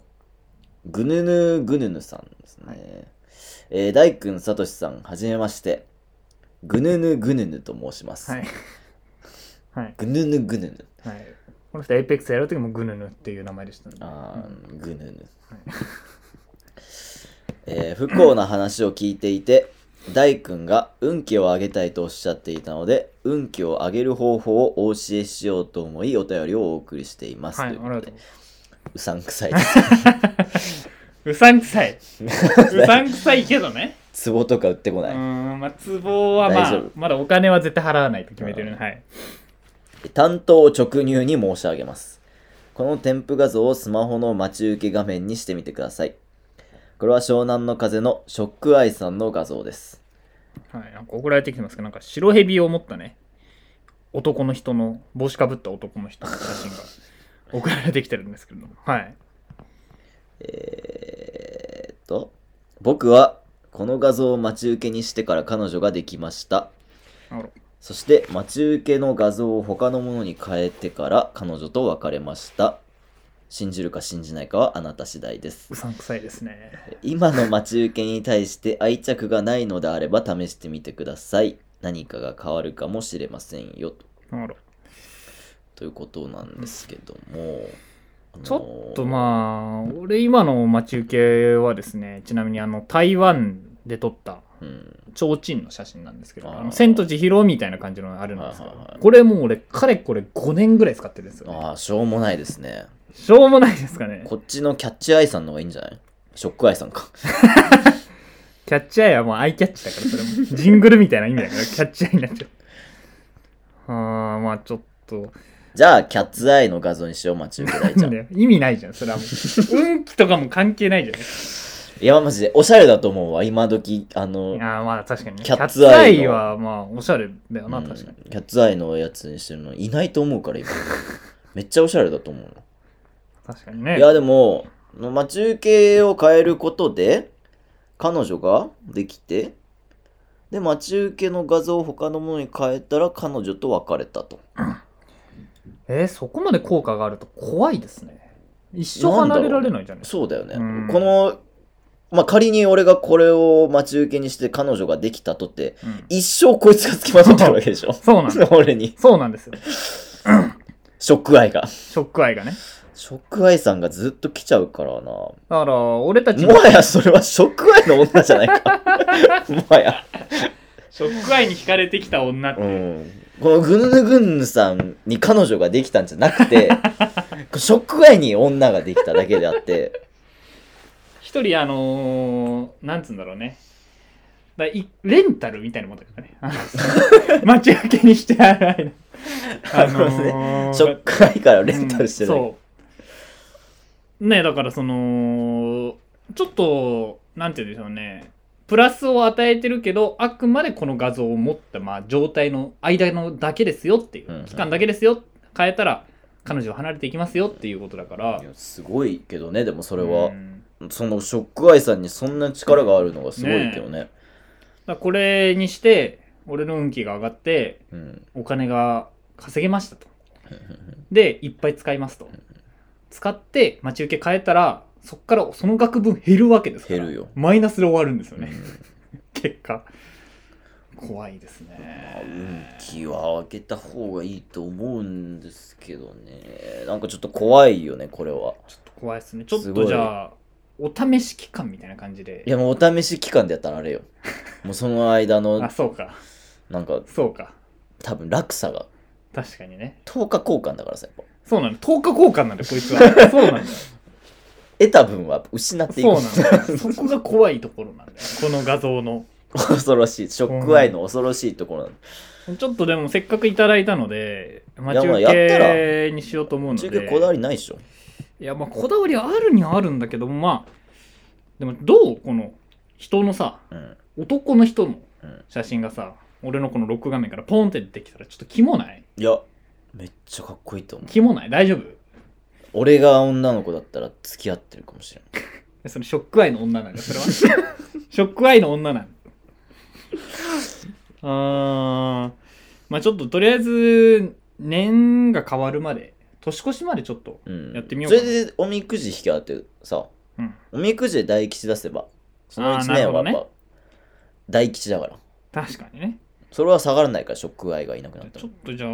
Speaker 2: ぐぬぬぐぬぬさんですね。えー、大君、さとしさん、はじめまして。ぐぬぬぐぬぬと申します。
Speaker 1: はい。はい。
Speaker 2: ぐぬぬぐぬぬ。
Speaker 1: はい。この人、エイペックスやるときもぐぬぬっていう名前でしたね。
Speaker 2: あーぐぬぬ。えー不幸な話を聞いていて、大君が運気を上げたいとおっしゃっていたので、運気を上げる方法をお教えしようと思い、お便りをお送りしています。
Speaker 1: はい、あ
Speaker 2: と
Speaker 1: り
Speaker 2: い
Speaker 1: が
Speaker 2: う
Speaker 1: と
Speaker 2: こ
Speaker 1: うご
Speaker 2: と
Speaker 1: ざい
Speaker 2: で
Speaker 1: ます。
Speaker 2: う
Speaker 1: (laughs)
Speaker 2: さんくさいです。 (laughs)
Speaker 1: うさんくさい。うさんくさいけどね。
Speaker 2: 壺とか売ってこ
Speaker 1: う
Speaker 2: ない。
Speaker 1: ーん、まあ、ツボはま
Speaker 2: 大
Speaker 1: あ
Speaker 2: 丈、夫
Speaker 1: まだお金は絶対払わないと決めてるね。はい。
Speaker 2: 担当を直入に申し上げます。この添付画像をスマホの待ち受け画面にしてみてください。これは湘南の風のショックアイさんの画像です。
Speaker 1: はい、なんか送られてきてますけど、なんか白蛇を持ったね、男の人の、帽子かぶった男の人の写真
Speaker 2: (laughs)
Speaker 1: が送られてきてるんですけれども、はい。
Speaker 2: えーっと、僕はこの画像を待ち受けにしてから彼女ができました。
Speaker 1: あら
Speaker 2: そして待ち受けの画像を他のものに変えてから彼女と別れました。信じるか信じないかはあなた次第です
Speaker 1: う。さんくさいですね。
Speaker 2: 今の待ち受けに対して愛着がないのであれば試してみてください。何かが変わるかもしれませんよ。と
Speaker 1: あら
Speaker 2: ということなんですけども。
Speaker 1: ちょっとまあ、俺今の待ち受けはですね、ちなみにあの、台湾で撮った、
Speaker 2: あのー。うん。
Speaker 1: 提灯の写真なんですけど、
Speaker 2: あー
Speaker 1: あの千と千尋みたいな感じのあるんですけ
Speaker 2: はいはいは
Speaker 1: ど
Speaker 2: い、
Speaker 1: これもう俺、かれこれ5年ぐらい使ってるんですよ、ね。
Speaker 2: ああ、しょうもないですね。
Speaker 1: しょうもないですかね。
Speaker 2: (laughs) こっちのキャッチアイさんの方がいいんじゃないショックアイさんか。 (laughs)
Speaker 1: キャッチアイはもうアイキャッチだから、それも。ジングルみたいな意味だから、キャッチアイになっちゃう。ああ、まあちょっと。
Speaker 2: じゃあ、キャッツアイの画像にしよう、待ち受け大ち (laughs) ゃん。い
Speaker 1: ね意味ないじゃん、それはもう。
Speaker 2: (laughs)
Speaker 1: 運気とかも関係ないじゃ
Speaker 2: や、マジで、おしゃれだと思うわ、今時あの
Speaker 1: ん。、ああ、まあ確かにね。
Speaker 2: キャッツアイの
Speaker 1: キャッツは、まあ、おしゃれだよな、
Speaker 2: うん
Speaker 1: 確かに。
Speaker 2: キャッツアイのやつにしてるのいないと思うか
Speaker 1: (laughs)
Speaker 2: ら、今。めっちゃおしゃれだと思うの。
Speaker 1: 確かにね。
Speaker 2: いやでも待ち受けを変えることで彼女ができてで待ち受けの画像を他のものに変えたら彼女と別れたと
Speaker 1: えーそこまで効果があると怖いですね。一生離れられないじゃないですか。
Speaker 2: そうだよね、
Speaker 1: うん
Speaker 2: この、まあ、仮に俺がこれを待ち受けにして彼女ができたとって
Speaker 1: うん
Speaker 2: 一生こいつが付きまとってるわけでし
Speaker 1: (laughs)
Speaker 2: ょ
Speaker 1: そうなんです
Speaker 2: (laughs) 俺に
Speaker 1: そうなんですよ。
Speaker 2: ショックアイが
Speaker 1: ショックアイがね。
Speaker 2: ショックアイさんがずっと来ちゃうから
Speaker 1: (laughs)
Speaker 2: なも
Speaker 1: だから、俺たちの
Speaker 2: はやそれはショックアイの女じゃな
Speaker 1: (laughs)
Speaker 2: いかもはや
Speaker 1: ショックアイに惹かれてきた女って。
Speaker 2: うんこのぐんぬぐんぬさんに彼女ができたんじゃなく
Speaker 1: (laughs)
Speaker 2: てショック外に女ができただけであって
Speaker 1: (laughs) 一人あのー、なんつうんだろうねだいレンタルみたいなもんだからね (laughs) あの待ち受けにして
Speaker 2: (laughs)
Speaker 1: ある間あのー
Speaker 2: ショック外からレンタルしてる、
Speaker 1: うんそうねだからそのちょっとなんて言うんでしょうねプラスを与えてるけどあくまでこの画像を持った、まあ、状態の間のだけですよってい
Speaker 2: うんう
Speaker 1: うん期間だけですよ変えたら彼女は離れていきますよっていうことだから
Speaker 2: いやすごいけどねでもそれ
Speaker 1: う、
Speaker 2: は
Speaker 1: ん
Speaker 2: そのショック外さんにそんな力があるのがすごいけどね
Speaker 1: だからこれにして俺の運気が上がって
Speaker 2: うん、
Speaker 1: お金が稼げましたとでいっぱい使いますと使って待ち受け変えたらそっからその額分減るわけですから
Speaker 2: 減るよ
Speaker 1: マイナスで終わるんですよね、
Speaker 2: う
Speaker 1: 結果怖いです
Speaker 2: まあ
Speaker 1: ね
Speaker 2: 運気は上げた方がいいと思うんですけどねなんかちょっと怖いよねこれは
Speaker 1: ちょっと怖いですねちょっ
Speaker 2: すご
Speaker 1: と
Speaker 2: い
Speaker 1: じゃあお試し期間みたいな感じで
Speaker 2: いやもうお試し期間でやったらあれよもうその間
Speaker 1: あ
Speaker 2: の
Speaker 1: そうか
Speaker 2: なんか
Speaker 1: そうか
Speaker 2: 多分落差が
Speaker 1: 確かにね
Speaker 2: 10日交換だからさやっぱ
Speaker 1: そうなの10日交換なんだこいつはそうなんだ
Speaker 2: (laughs)
Speaker 1: よ
Speaker 2: 得た分は失ってい
Speaker 1: そう
Speaker 2: く
Speaker 1: なんだよそこが怖いところなんだよこの画像の
Speaker 2: 恐ろしいショックアイの恐ろしいところなの
Speaker 1: ちょっとでもせっかくいただいたので待ち
Speaker 2: まあ
Speaker 1: 受
Speaker 2: やったら
Speaker 1: けにしようと思うの
Speaker 2: 中
Speaker 1: で
Speaker 2: 継こだわりないでしょ
Speaker 1: いやまあこだわりはあるにはあるんだけどまあでもどうこの人のさ
Speaker 2: うん
Speaker 1: 男の人の
Speaker 2: うん
Speaker 1: 写真がさ俺のこのロック画面からポンって出てきたらちょっとキモない
Speaker 2: いやめっちゃかっこいいと思う
Speaker 1: キモない大丈夫
Speaker 2: 俺が女の子だったら付き合ってるかもしれない
Speaker 1: そのショックアイの女なんだ
Speaker 2: (laughs)
Speaker 1: それはショックアイの女なんだあーまあちょっととりあえず年が変わるまで年越しまでちょっと、
Speaker 2: うん
Speaker 1: やってみようかな
Speaker 2: それでおみくじ引き当てるさ
Speaker 1: うん、
Speaker 2: おみくじで大吉出せばその
Speaker 1: あー
Speaker 2: 1年は
Speaker 1: な
Speaker 2: や
Speaker 1: る
Speaker 2: っ
Speaker 1: ほ
Speaker 2: ぱ大吉だから
Speaker 1: 確かにね
Speaker 2: それは下がらないからショックアイがいなくなった
Speaker 1: ちょっとじゃあ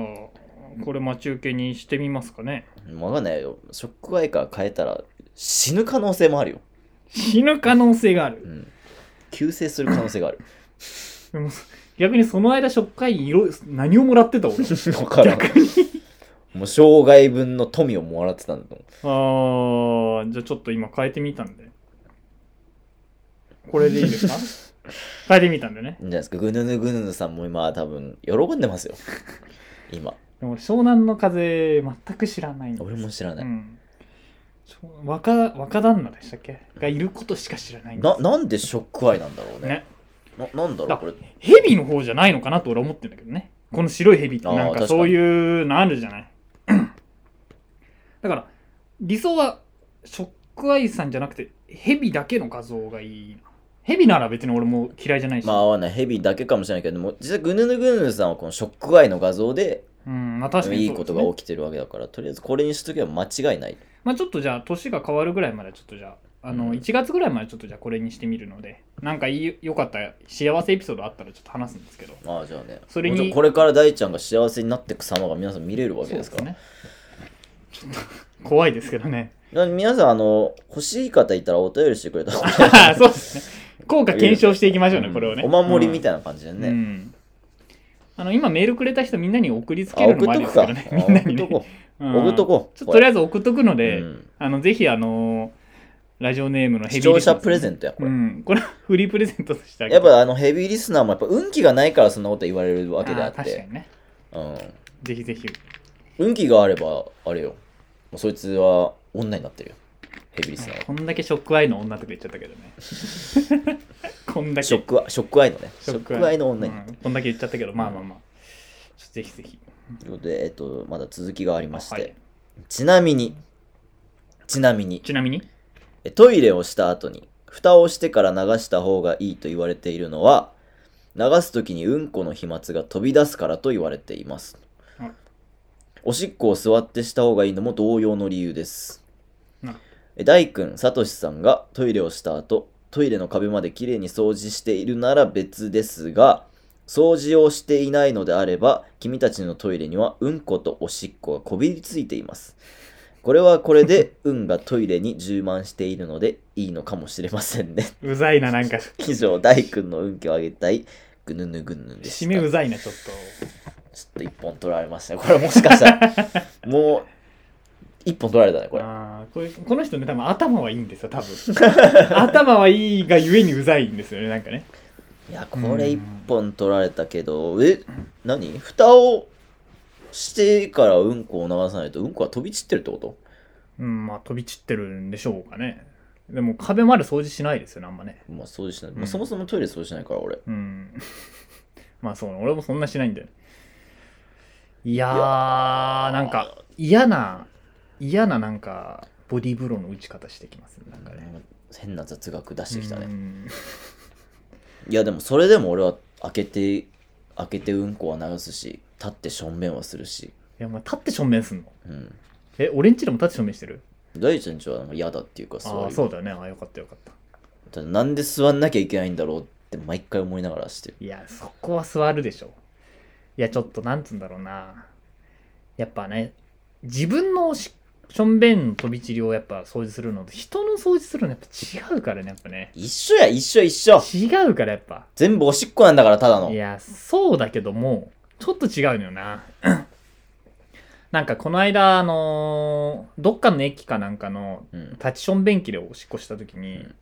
Speaker 1: これ待ち受けにしてみますかね
Speaker 2: のわかんないよショックアイから変えたら死ぬ可能性もあるよ、
Speaker 1: 死ぬ可能性があ
Speaker 2: う
Speaker 1: る
Speaker 2: ん、急性する可能性があ
Speaker 1: (laughs)
Speaker 2: る
Speaker 1: でも逆にその間ショックアイいろ何をもらって
Speaker 2: (laughs)
Speaker 1: た俺
Speaker 2: だからんもう生涯分の富をもらってたんだと思う
Speaker 1: あーじゃあちょっと今変えてみたんでこれでいいですか
Speaker 2: (laughs)
Speaker 1: 二人見たんだよね。
Speaker 2: じゃないですか。ぐぬぬぐぬぬさんも今多分喜ん
Speaker 1: (laughs)
Speaker 2: でますよ。今。
Speaker 1: でも俺湘南の風全く知らないんです
Speaker 2: 俺も知らな
Speaker 1: う
Speaker 2: い。
Speaker 1: ん、そう若若旦那でしたっけがいることしか知らないんで
Speaker 2: な、
Speaker 1: す
Speaker 2: なんでショックアイなんだろうね。
Speaker 1: ね
Speaker 2: な、なんだろうこれ。
Speaker 1: ヘビの方じゃないのかなと俺は思ってるんだけどねこの白いヘビってなん
Speaker 2: あー確か
Speaker 1: か
Speaker 2: に
Speaker 1: そういうのあるじゃない (clears throat) だから理想はショックアイさんじゃなくてヘビだけの画像がいいなヘビなら別に俺も嫌いじゃないし、
Speaker 2: まあ合わない。ヘビだけかもしれないけど、でも実際ぐぬぬぐぬぬさんはこのショックアイの画像で
Speaker 1: うんまあ確かに
Speaker 2: いい
Speaker 1: そう
Speaker 2: こ
Speaker 1: です
Speaker 2: と
Speaker 1: ね
Speaker 2: が起きてるわけだから、とりあえずこれにしとけば間違いない。
Speaker 1: まあちょっとじゃあ年が変わるぐらいまでちょっとじゃああ
Speaker 2: うん
Speaker 1: の1月ぐらいまでちょっとじゃあこれにしてみるのでなんかいい良かった幸せエピソードあったらちょっと話すんですけど
Speaker 2: ああ、じゃあね。
Speaker 1: それに
Speaker 2: もちろんこれから大ちゃんが幸せになっていく様が皆さん見れるわけですから。
Speaker 1: ねちょっと怖いですけどね
Speaker 2: な皆さん、あの、欲しい方いたらお便りしてくれた方
Speaker 1: (laughs)
Speaker 2: が
Speaker 1: そうですね効果検証していきましょうねこれをね
Speaker 2: お守りみ
Speaker 1: い
Speaker 2: たいな感じでね。
Speaker 1: うんあの今メールくれた人みんなに送りつ
Speaker 2: あ、
Speaker 1: けるの
Speaker 2: 送
Speaker 1: も
Speaker 2: っ
Speaker 1: あ
Speaker 2: と
Speaker 1: りで
Speaker 2: く
Speaker 1: すけど
Speaker 2: か
Speaker 1: ね。みんなに
Speaker 2: あ送っと
Speaker 1: ね
Speaker 2: こ
Speaker 1: う
Speaker 2: う。
Speaker 1: ん
Speaker 2: 送っとこう。
Speaker 1: ちょっととりあ
Speaker 2: え
Speaker 1: えず送っとくので、
Speaker 2: うん
Speaker 1: あのぜひあのーラジオネームのヘビ
Speaker 2: 視
Speaker 1: ー
Speaker 2: 聴
Speaker 1: リスナー
Speaker 2: 者プレゼントや、こ
Speaker 1: う
Speaker 2: れ。
Speaker 1: ん、これはフリープレゼントとしてあげ
Speaker 2: やってぱあのヘビーリスナーもやっぱ運気がないからそんなこと言われるわけであ
Speaker 1: あー
Speaker 2: っ
Speaker 1: 確か
Speaker 2: て。
Speaker 1: にね
Speaker 2: うん。
Speaker 1: ぜひぜひ
Speaker 2: 運気があれば、あれよ。もうそいつは女になってるよ。ヘビーリスナーは。
Speaker 1: こんだけショックアイの女とか言っちゃったけどね
Speaker 2: (laughs)
Speaker 1: こんだけ
Speaker 2: ショックは、ショックアイのね。シ
Speaker 1: シ
Speaker 2: ョ
Speaker 1: ョ
Speaker 2: ックアイの女に
Speaker 1: う。んこんだけ言っちゃったけどまあまあまあちょっとぜひぜひ
Speaker 2: ということで、えっと、まだ続きがありまし
Speaker 1: は
Speaker 2: て
Speaker 1: い。
Speaker 2: ちなみに、ちなみに、
Speaker 1: ちなみに
Speaker 2: えトイレをした後に蓋をしてから流した方がいいと言われているのは流す時にうんこの飛沫が飛び出すからと言われています
Speaker 1: あら
Speaker 2: おしっこを座ってした方がいいのも同様の理由です
Speaker 1: なる
Speaker 2: え大君さとしさんがトイレをした後トイレの壁まできれいに掃除しているなら別ですが掃除をしていないのであれば君たちのトイレにはうんことおしっこがこびりついていますこれはこれで (laughs) 運がトイレに充満しているのでいいのかもしれませんね (laughs)
Speaker 1: うざいななんか
Speaker 2: 以上大君の運気を上げたいぐぬぬぐぬぬでし
Speaker 1: 締
Speaker 2: た
Speaker 1: めう
Speaker 2: ちょっ
Speaker 1: ざいなちょっ
Speaker 2: と一本取られましたねこれもしかしたら (laughs) もう一本取られたねことれ
Speaker 1: あーこれこの人ね多分頭はいいんですよ多
Speaker 2: (laughs)
Speaker 1: 分頭はいいがゆえにうざいんですよねなんかね
Speaker 2: いやこれ一本取られたけどえ何蓋をしてからうんこを流さないとうんこは飛び散ってるってこと
Speaker 1: うんまあ飛び散ってるんでしょうかねでも壁まで掃除しないですよねあんまね
Speaker 2: まあ掃除しない、
Speaker 1: ん
Speaker 2: まあそもそもトイレ掃除しないから俺
Speaker 1: うん (laughs) まあそうね俺もそんなしないんだよねいやー
Speaker 2: いや
Speaker 1: なんか嫌な嫌ななんかボディーブローの打ち方してきますねなんかね
Speaker 2: 変な雑学出してきたね、
Speaker 1: うん
Speaker 2: いやでもそれでも俺は開けて開けてうんこは流すし立ってしょんべんはするし、
Speaker 1: いやお前立って正面すんの
Speaker 2: うん、
Speaker 1: え俺んちでも立って正面してる
Speaker 2: 大ちゃんちはなんか嫌だっていうか
Speaker 1: あ
Speaker 2: そう
Speaker 1: あ
Speaker 2: い
Speaker 1: ー
Speaker 2: う
Speaker 1: そうだよねあーよかったよかった
Speaker 2: ただなんで座んなきゃいけないんだろうって毎回思いながらしてる
Speaker 1: いやそこは座るでしょいやちょっとなんつうんだろうなやっぱね自分のおししょんべんの飛び散りをやっぱ掃除するのと人の掃除するのやっぱ違うからねやっぱね
Speaker 2: 一緒や一緒一緒
Speaker 1: 違うからやっぱ
Speaker 2: 全部おしっこなんだからただの
Speaker 1: いや、そうだけども、ちょっと違うのよな。なんかこの間、あのーどっかの駅かなんかの
Speaker 2: うん
Speaker 1: 立ちション便器でおしっこした時に、
Speaker 2: うん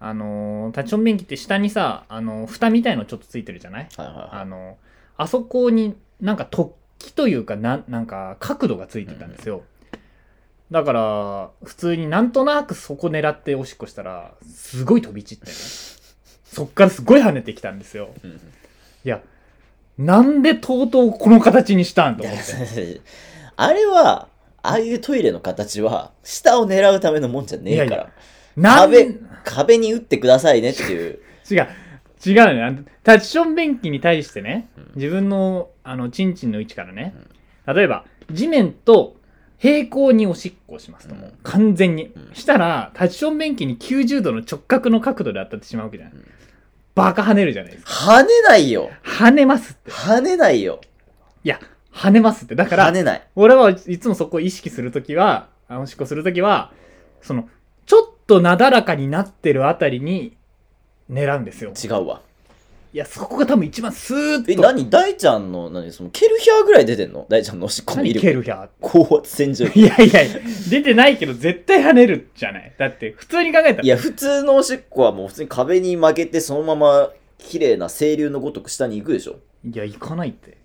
Speaker 1: あのー立ちション便器って下にさ、あのー蓋みたいのちょっとついてるじゃない
Speaker 2: はいはいは
Speaker 1: あのーあそこになんか突起というかな、なんか角度がついてたんですよ。だから、普通になんとなくそこ狙っておしっこしたら、すごい飛び散ってね。そっからすごい跳ねてきたんですよ。
Speaker 2: い、うん
Speaker 1: いや、なんでとうとうこの形にしたんと
Speaker 2: い
Speaker 1: 思っ
Speaker 2: や (laughs)
Speaker 1: て。
Speaker 2: あれはああいうトイレの形は下を狙うためのもんじゃねえから
Speaker 1: いやいやなん
Speaker 2: 壁
Speaker 1: 違う
Speaker 2: 壁に打ってくださいねっていう
Speaker 1: 違うねあの。タッチション便器に対してね
Speaker 2: うん、
Speaker 1: 自分の、あの、チンチンの位置からね、
Speaker 2: う
Speaker 1: 例えば、地面と平行におしっこをしますと、もう
Speaker 2: うん
Speaker 1: 完全に
Speaker 2: う。ん
Speaker 1: したら、タッチション便器に90度の直角の角度で当たってしまうわけじゃない
Speaker 2: うん。
Speaker 1: バカ跳ねるじゃないですか。
Speaker 2: 跳ねないよ
Speaker 1: 跳ねますって。
Speaker 2: 跳ねないよ
Speaker 1: いや、跳ねますって。だから、
Speaker 2: 跳ねない
Speaker 1: 俺はいつもそこを意識するときは、あおしっこするときは、その、ちょっとなだらかになってるあたりに狙うんですよ。
Speaker 2: 違うわ
Speaker 1: いや、そこが多分一番スーッと。
Speaker 2: え、何大ちゃんの、何その、ケルヒャーぐらい出てんの大ちゃんのおしっこの
Speaker 1: 何
Speaker 2: 威
Speaker 1: 蹴
Speaker 2: 力。
Speaker 1: るや
Speaker 2: 高圧洗浄力。
Speaker 1: いやいやいや、出てないけど絶対跳ねるじゃない。だって、普通に考えた
Speaker 2: い
Speaker 1: ら。
Speaker 2: や、普通のおしっこはもう普通に壁に負けて、そのまま、綺麗な清流のごとく下に行くでしょ。
Speaker 1: いや、行かないって。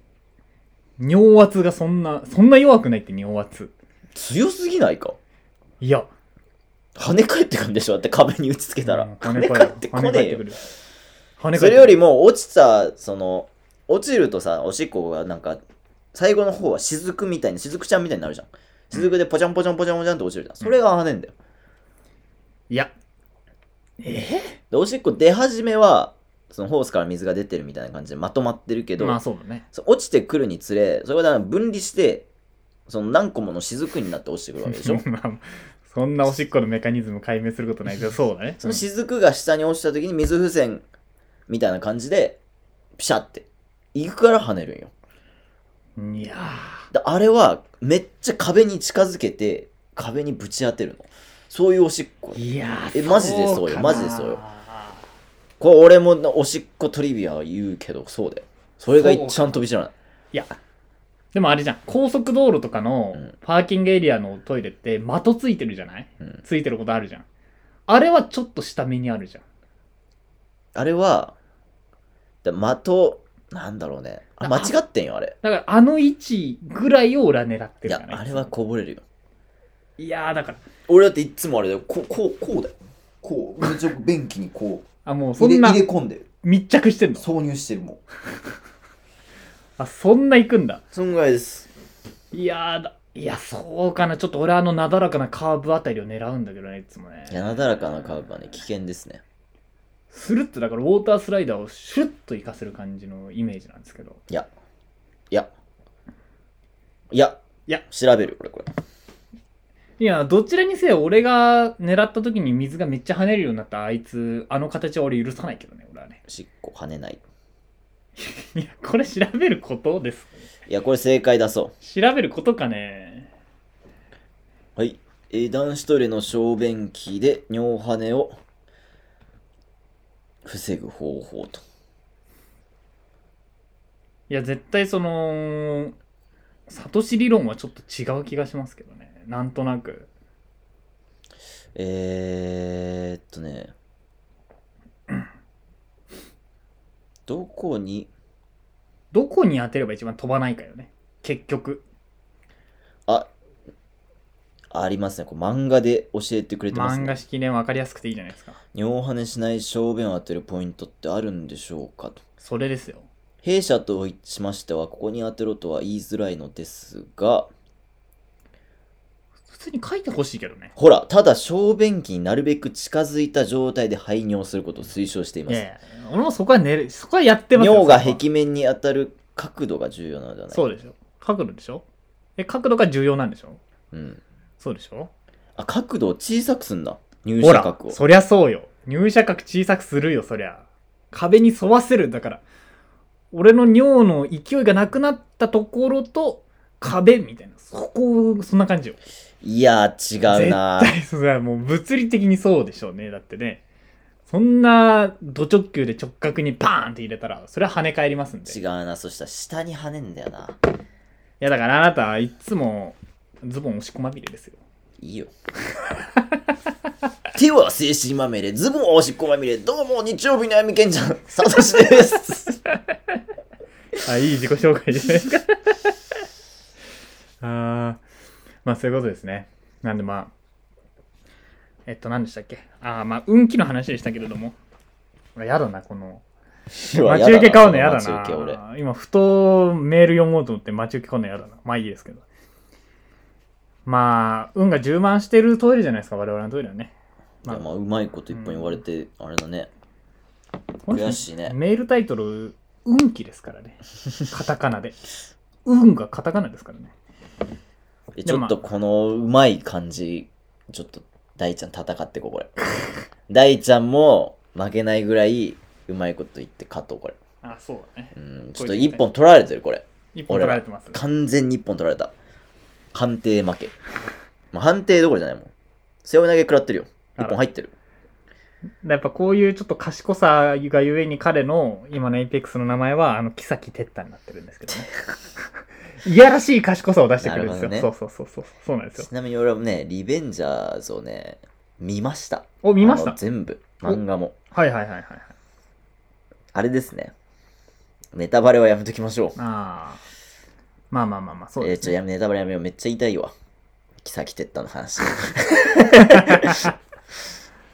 Speaker 1: 尿圧がそんな、そんな弱くないって尿圧。
Speaker 2: 強すぎないか
Speaker 1: いや、
Speaker 2: 跳ね返ってくんでしょだって壁に打ちつけたら。跳ね返ってこねえよ。
Speaker 1: る。跳ね返ってくる
Speaker 2: それより、も落ちたその落ちるとさおしっこがなんか最後の方は雫みたいに雫ちゃんみたいになるじゃん雫でポチャンポチャンポチャンポチャンって落ちるじゃんそれが跳ねんだよ
Speaker 1: いや。え
Speaker 2: でおしっこ出始めはそのホースから水が出てるみたいな感じでまとまってるけど、
Speaker 1: まあそうだね。
Speaker 2: そう落ちてくるにつれそれがだから分離してその何個もの雫になって落ちてくるわけでしょ
Speaker 1: (laughs) まあそんなおしっこのメカニズム解明することないけど、そうだね。
Speaker 2: その雫が下に落ちた時に水風船みたいな感じでピシャって行くから跳ねるんよ
Speaker 1: うんいや
Speaker 2: であれはめっちゃ壁に近づけて壁にぶち当てるのそういうおしっこ
Speaker 1: ー。いやー
Speaker 2: えマジでそう
Speaker 1: か
Speaker 2: よ
Speaker 1: な
Speaker 2: マジでそうよこれ俺もなおしっこトリビア言うけどそうだよそれが一番飛び散らない
Speaker 1: いや。でもあれじゃん、高速道路とかの
Speaker 2: うん
Speaker 1: パーキングエリアのトイレって的ついてるじゃない、
Speaker 2: うん
Speaker 1: ついてることあるじゃん。あれはちょっと下目にあるじゃん。
Speaker 2: あれはだ的なんだろうねあ間違ってんよあれ
Speaker 1: だからあの位置ぐらいを俺は狙ってる
Speaker 2: い
Speaker 1: じゃ
Speaker 2: や
Speaker 1: ない
Speaker 2: あれはこぼれるよ
Speaker 1: いやーだから、
Speaker 2: 俺だっていつもあれだよこうこうこうだよこうめっちゃ便器にこ (laughs) う
Speaker 1: あ、もうそんな
Speaker 2: 込んでる
Speaker 1: 密着してんの
Speaker 2: 挿入してるもん
Speaker 1: あ、そんな行くんだ。
Speaker 2: そんぐらいです
Speaker 1: いやーだ、いや、そうかな。ちょっと俺あのなだらかなカーブあたりを狙うんだけどね、いつもね。
Speaker 2: いやなだらかなカーブはね危険ですね
Speaker 1: スルッとだからウォータースライダーをシュッと行かせる感じのイメージなんですけど
Speaker 2: いや、いや、いや、
Speaker 1: いや
Speaker 2: 調べる、これ、これ。
Speaker 1: いやどちらにせよ俺が狙った時に水がめっちゃ跳ねるようになったあいつあの形は俺許さないけどね俺はね (laughs)
Speaker 2: おしっこ跳ねない。
Speaker 1: いやこれ調べることです
Speaker 2: いや、これ正解だそ
Speaker 1: 調べることかね
Speaker 2: う。はい。えー男子トイレの小便器で尿跳ねを防ぐ方法と。
Speaker 1: いや絶対そのサトシ理論はちょっと違う気がしますけどねなんとなく
Speaker 2: えー、っとね。どこに、
Speaker 1: どこに当てれば一番飛ばないかよね結局
Speaker 2: あ、ありますね。これ漫画で教えてくれてます
Speaker 1: 漫
Speaker 2: ね。
Speaker 1: 画式ね分かりやすくていいじゃないですか
Speaker 2: 尿跳ねしない小便を当てるポイントってあるんでしょうかと。
Speaker 1: それですよ
Speaker 2: 弊社としましては、ここに当てろとは言いづらいのですが、
Speaker 1: 普通に書いてほしいけどね
Speaker 2: ほら、ただ小便器になるべく近づいた状態で排尿することを推奨していま
Speaker 1: い
Speaker 2: す。
Speaker 1: やいや、俺もそこは寝る、そこはやってますよ
Speaker 2: 尿が
Speaker 1: そこは
Speaker 2: 壁面に当たる角度が重要なのではない
Speaker 1: そうでしょ。角度でしょえ、角度が重要なんでしょ
Speaker 2: うん。
Speaker 1: そうでしょ
Speaker 2: あ、角度を小さくすんだ。入
Speaker 1: ほ
Speaker 2: 射
Speaker 1: ら
Speaker 2: 角、を。
Speaker 1: そりゃそうよ。入射角小さくするよ、そりゃ。壁に沿わせる。だから、俺の尿の勢いがなくなったところと、壁みたいな。そこ、そんな感じよ。
Speaker 2: いやー、違うな
Speaker 1: 絶対、それはもう物理的にそうでしょうね。だってね。そんな、ド直球で直角にパーンって入れたら、それは跳ね返りますんで。
Speaker 2: 違うな。そしたら下に跳ねんだよな。
Speaker 1: いやだからあなたはいつもズボン押し込まびれですよ。
Speaker 2: いいよ。 (laughs) 手は精神まみれ、ズボンはおしっこまみれ、どうも日曜日の闇賢者、サトシです。
Speaker 1: あ、いい自己紹介じゃないですか。あーまあそういうことですね。なんでまあ、えっと何でしたっけあーまあ運気の話でしたけれども。やだな、この。
Speaker 2: (laughs)
Speaker 1: 待ち受け買うのやだ
Speaker 2: 待ち受け俺。
Speaker 1: な。今、ふとメール読もうと思って待ち受け買うのやだな。まあいいですけど。まあ、運が充満してるトイレじゃないですか、我々のトイレはね。まあ
Speaker 2: まあ、まあ、うまいこと一本言われて、あれだね。悔しいね
Speaker 1: メールタイトル、運気ですからね。カタカナで。運がカタカナですからね。
Speaker 2: えち
Speaker 1: でも
Speaker 2: ょ
Speaker 1: ま
Speaker 2: っ
Speaker 1: あ
Speaker 2: とこのうまい感じ、ちょっと大ちゃん戦ってこう、これ。 (laughs) 大ちゃんも負けないぐらいうまいこと言って勝とう、これ。
Speaker 1: あ、そうだね。
Speaker 2: うん、ちょっと一本取られてる、これ。
Speaker 1: 一本
Speaker 2: 俺
Speaker 1: 取
Speaker 2: は
Speaker 1: られてます。
Speaker 2: 完全に一本取られた。判定負け。まあ、判定どころじゃないもん。背負い投げ食らってるよ。
Speaker 1: あら
Speaker 2: 一本入ってる。
Speaker 1: らやっぱこういうちょっと賢さがゆえに彼の今のエイペックスの名前はあの木崎哲太になってるんですけど (laughs) ねいやらしい賢さを出してくるんですよ、
Speaker 2: なる
Speaker 1: そ
Speaker 2: ほ
Speaker 1: うそうそうそうそうなんですよ
Speaker 2: ちなみに俺はね、リベンジャーズをね、見ました。
Speaker 1: お見まし
Speaker 2: あ
Speaker 1: た
Speaker 2: の全部。漫画も。
Speaker 1: はいはいはいはいはい
Speaker 2: あれですね。ネタバレはやめときましょう。
Speaker 1: ああまあまあまあまあそう
Speaker 2: え
Speaker 1: で
Speaker 2: ー、ち
Speaker 1: す
Speaker 2: ょ、
Speaker 1: ね、
Speaker 2: やめ、ネタバレやめよう。めっちゃ痛いわ。キサキテッタ
Speaker 1: (laughs)
Speaker 2: の話。 (laughs)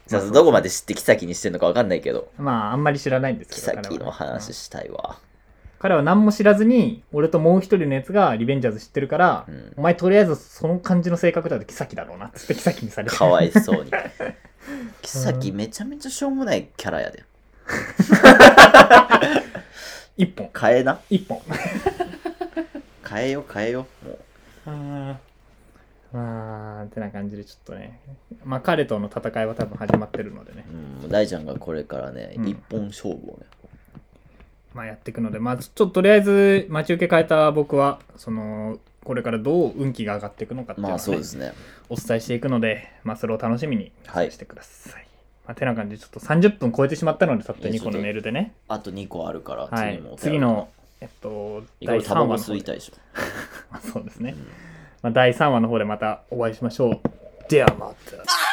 Speaker 2: さあ、どこまで知ってキサキにしてんのかわかんないけど、
Speaker 1: まああんまり知らないんですけ
Speaker 2: キ
Speaker 1: ど
Speaker 2: サキ
Speaker 1: 彼は
Speaker 2: の
Speaker 1: ねうん
Speaker 2: 話したいわ。
Speaker 1: 彼は何も知らずに俺ともう一人のやつがリベンジャーズ知ってるから、
Speaker 2: うん
Speaker 1: お前とりあえずその感じの性格だとキサキだろうなっつってキサキにされて
Speaker 2: かわい
Speaker 1: (laughs)
Speaker 2: そうに。キサキめちゃめちゃしょうもないキャラやで。
Speaker 1: 一本
Speaker 2: 変えな。
Speaker 1: 一本
Speaker 2: 変えよ、変えよ。もう。
Speaker 1: あーまあてな感じでちょっとねまあ彼との戦いは多分始まってるのでね
Speaker 2: うん、大ちゃんがこれからね、
Speaker 1: うん
Speaker 2: 一本勝負をね。
Speaker 1: まあやっていくのでまあちょっととりあえず待ち受け変えた僕はそのこれからどう運気が上がっていくのかっていうの
Speaker 2: ま
Speaker 1: を
Speaker 2: あ
Speaker 1: ね
Speaker 2: そうですね。
Speaker 1: お伝えしていくので、まあ、それを楽しみに
Speaker 2: はい
Speaker 1: してください、まあ、てな感じでちょっと30分超えてしまったのでたった
Speaker 2: いや
Speaker 1: 2個のメールでね
Speaker 2: あと2個あるから、
Speaker 1: はい
Speaker 2: も、
Speaker 1: 次の、えっと、
Speaker 2: 意
Speaker 1: 第
Speaker 2: 外と
Speaker 1: 3
Speaker 2: タバ
Speaker 1: 話
Speaker 2: コ
Speaker 1: の
Speaker 2: 吸
Speaker 1: 方
Speaker 2: い
Speaker 1: で、
Speaker 2: たいでしょ。
Speaker 1: (laughs) まあそうですね、まあ、第3話の方でまたお会いしましょう。ではまた。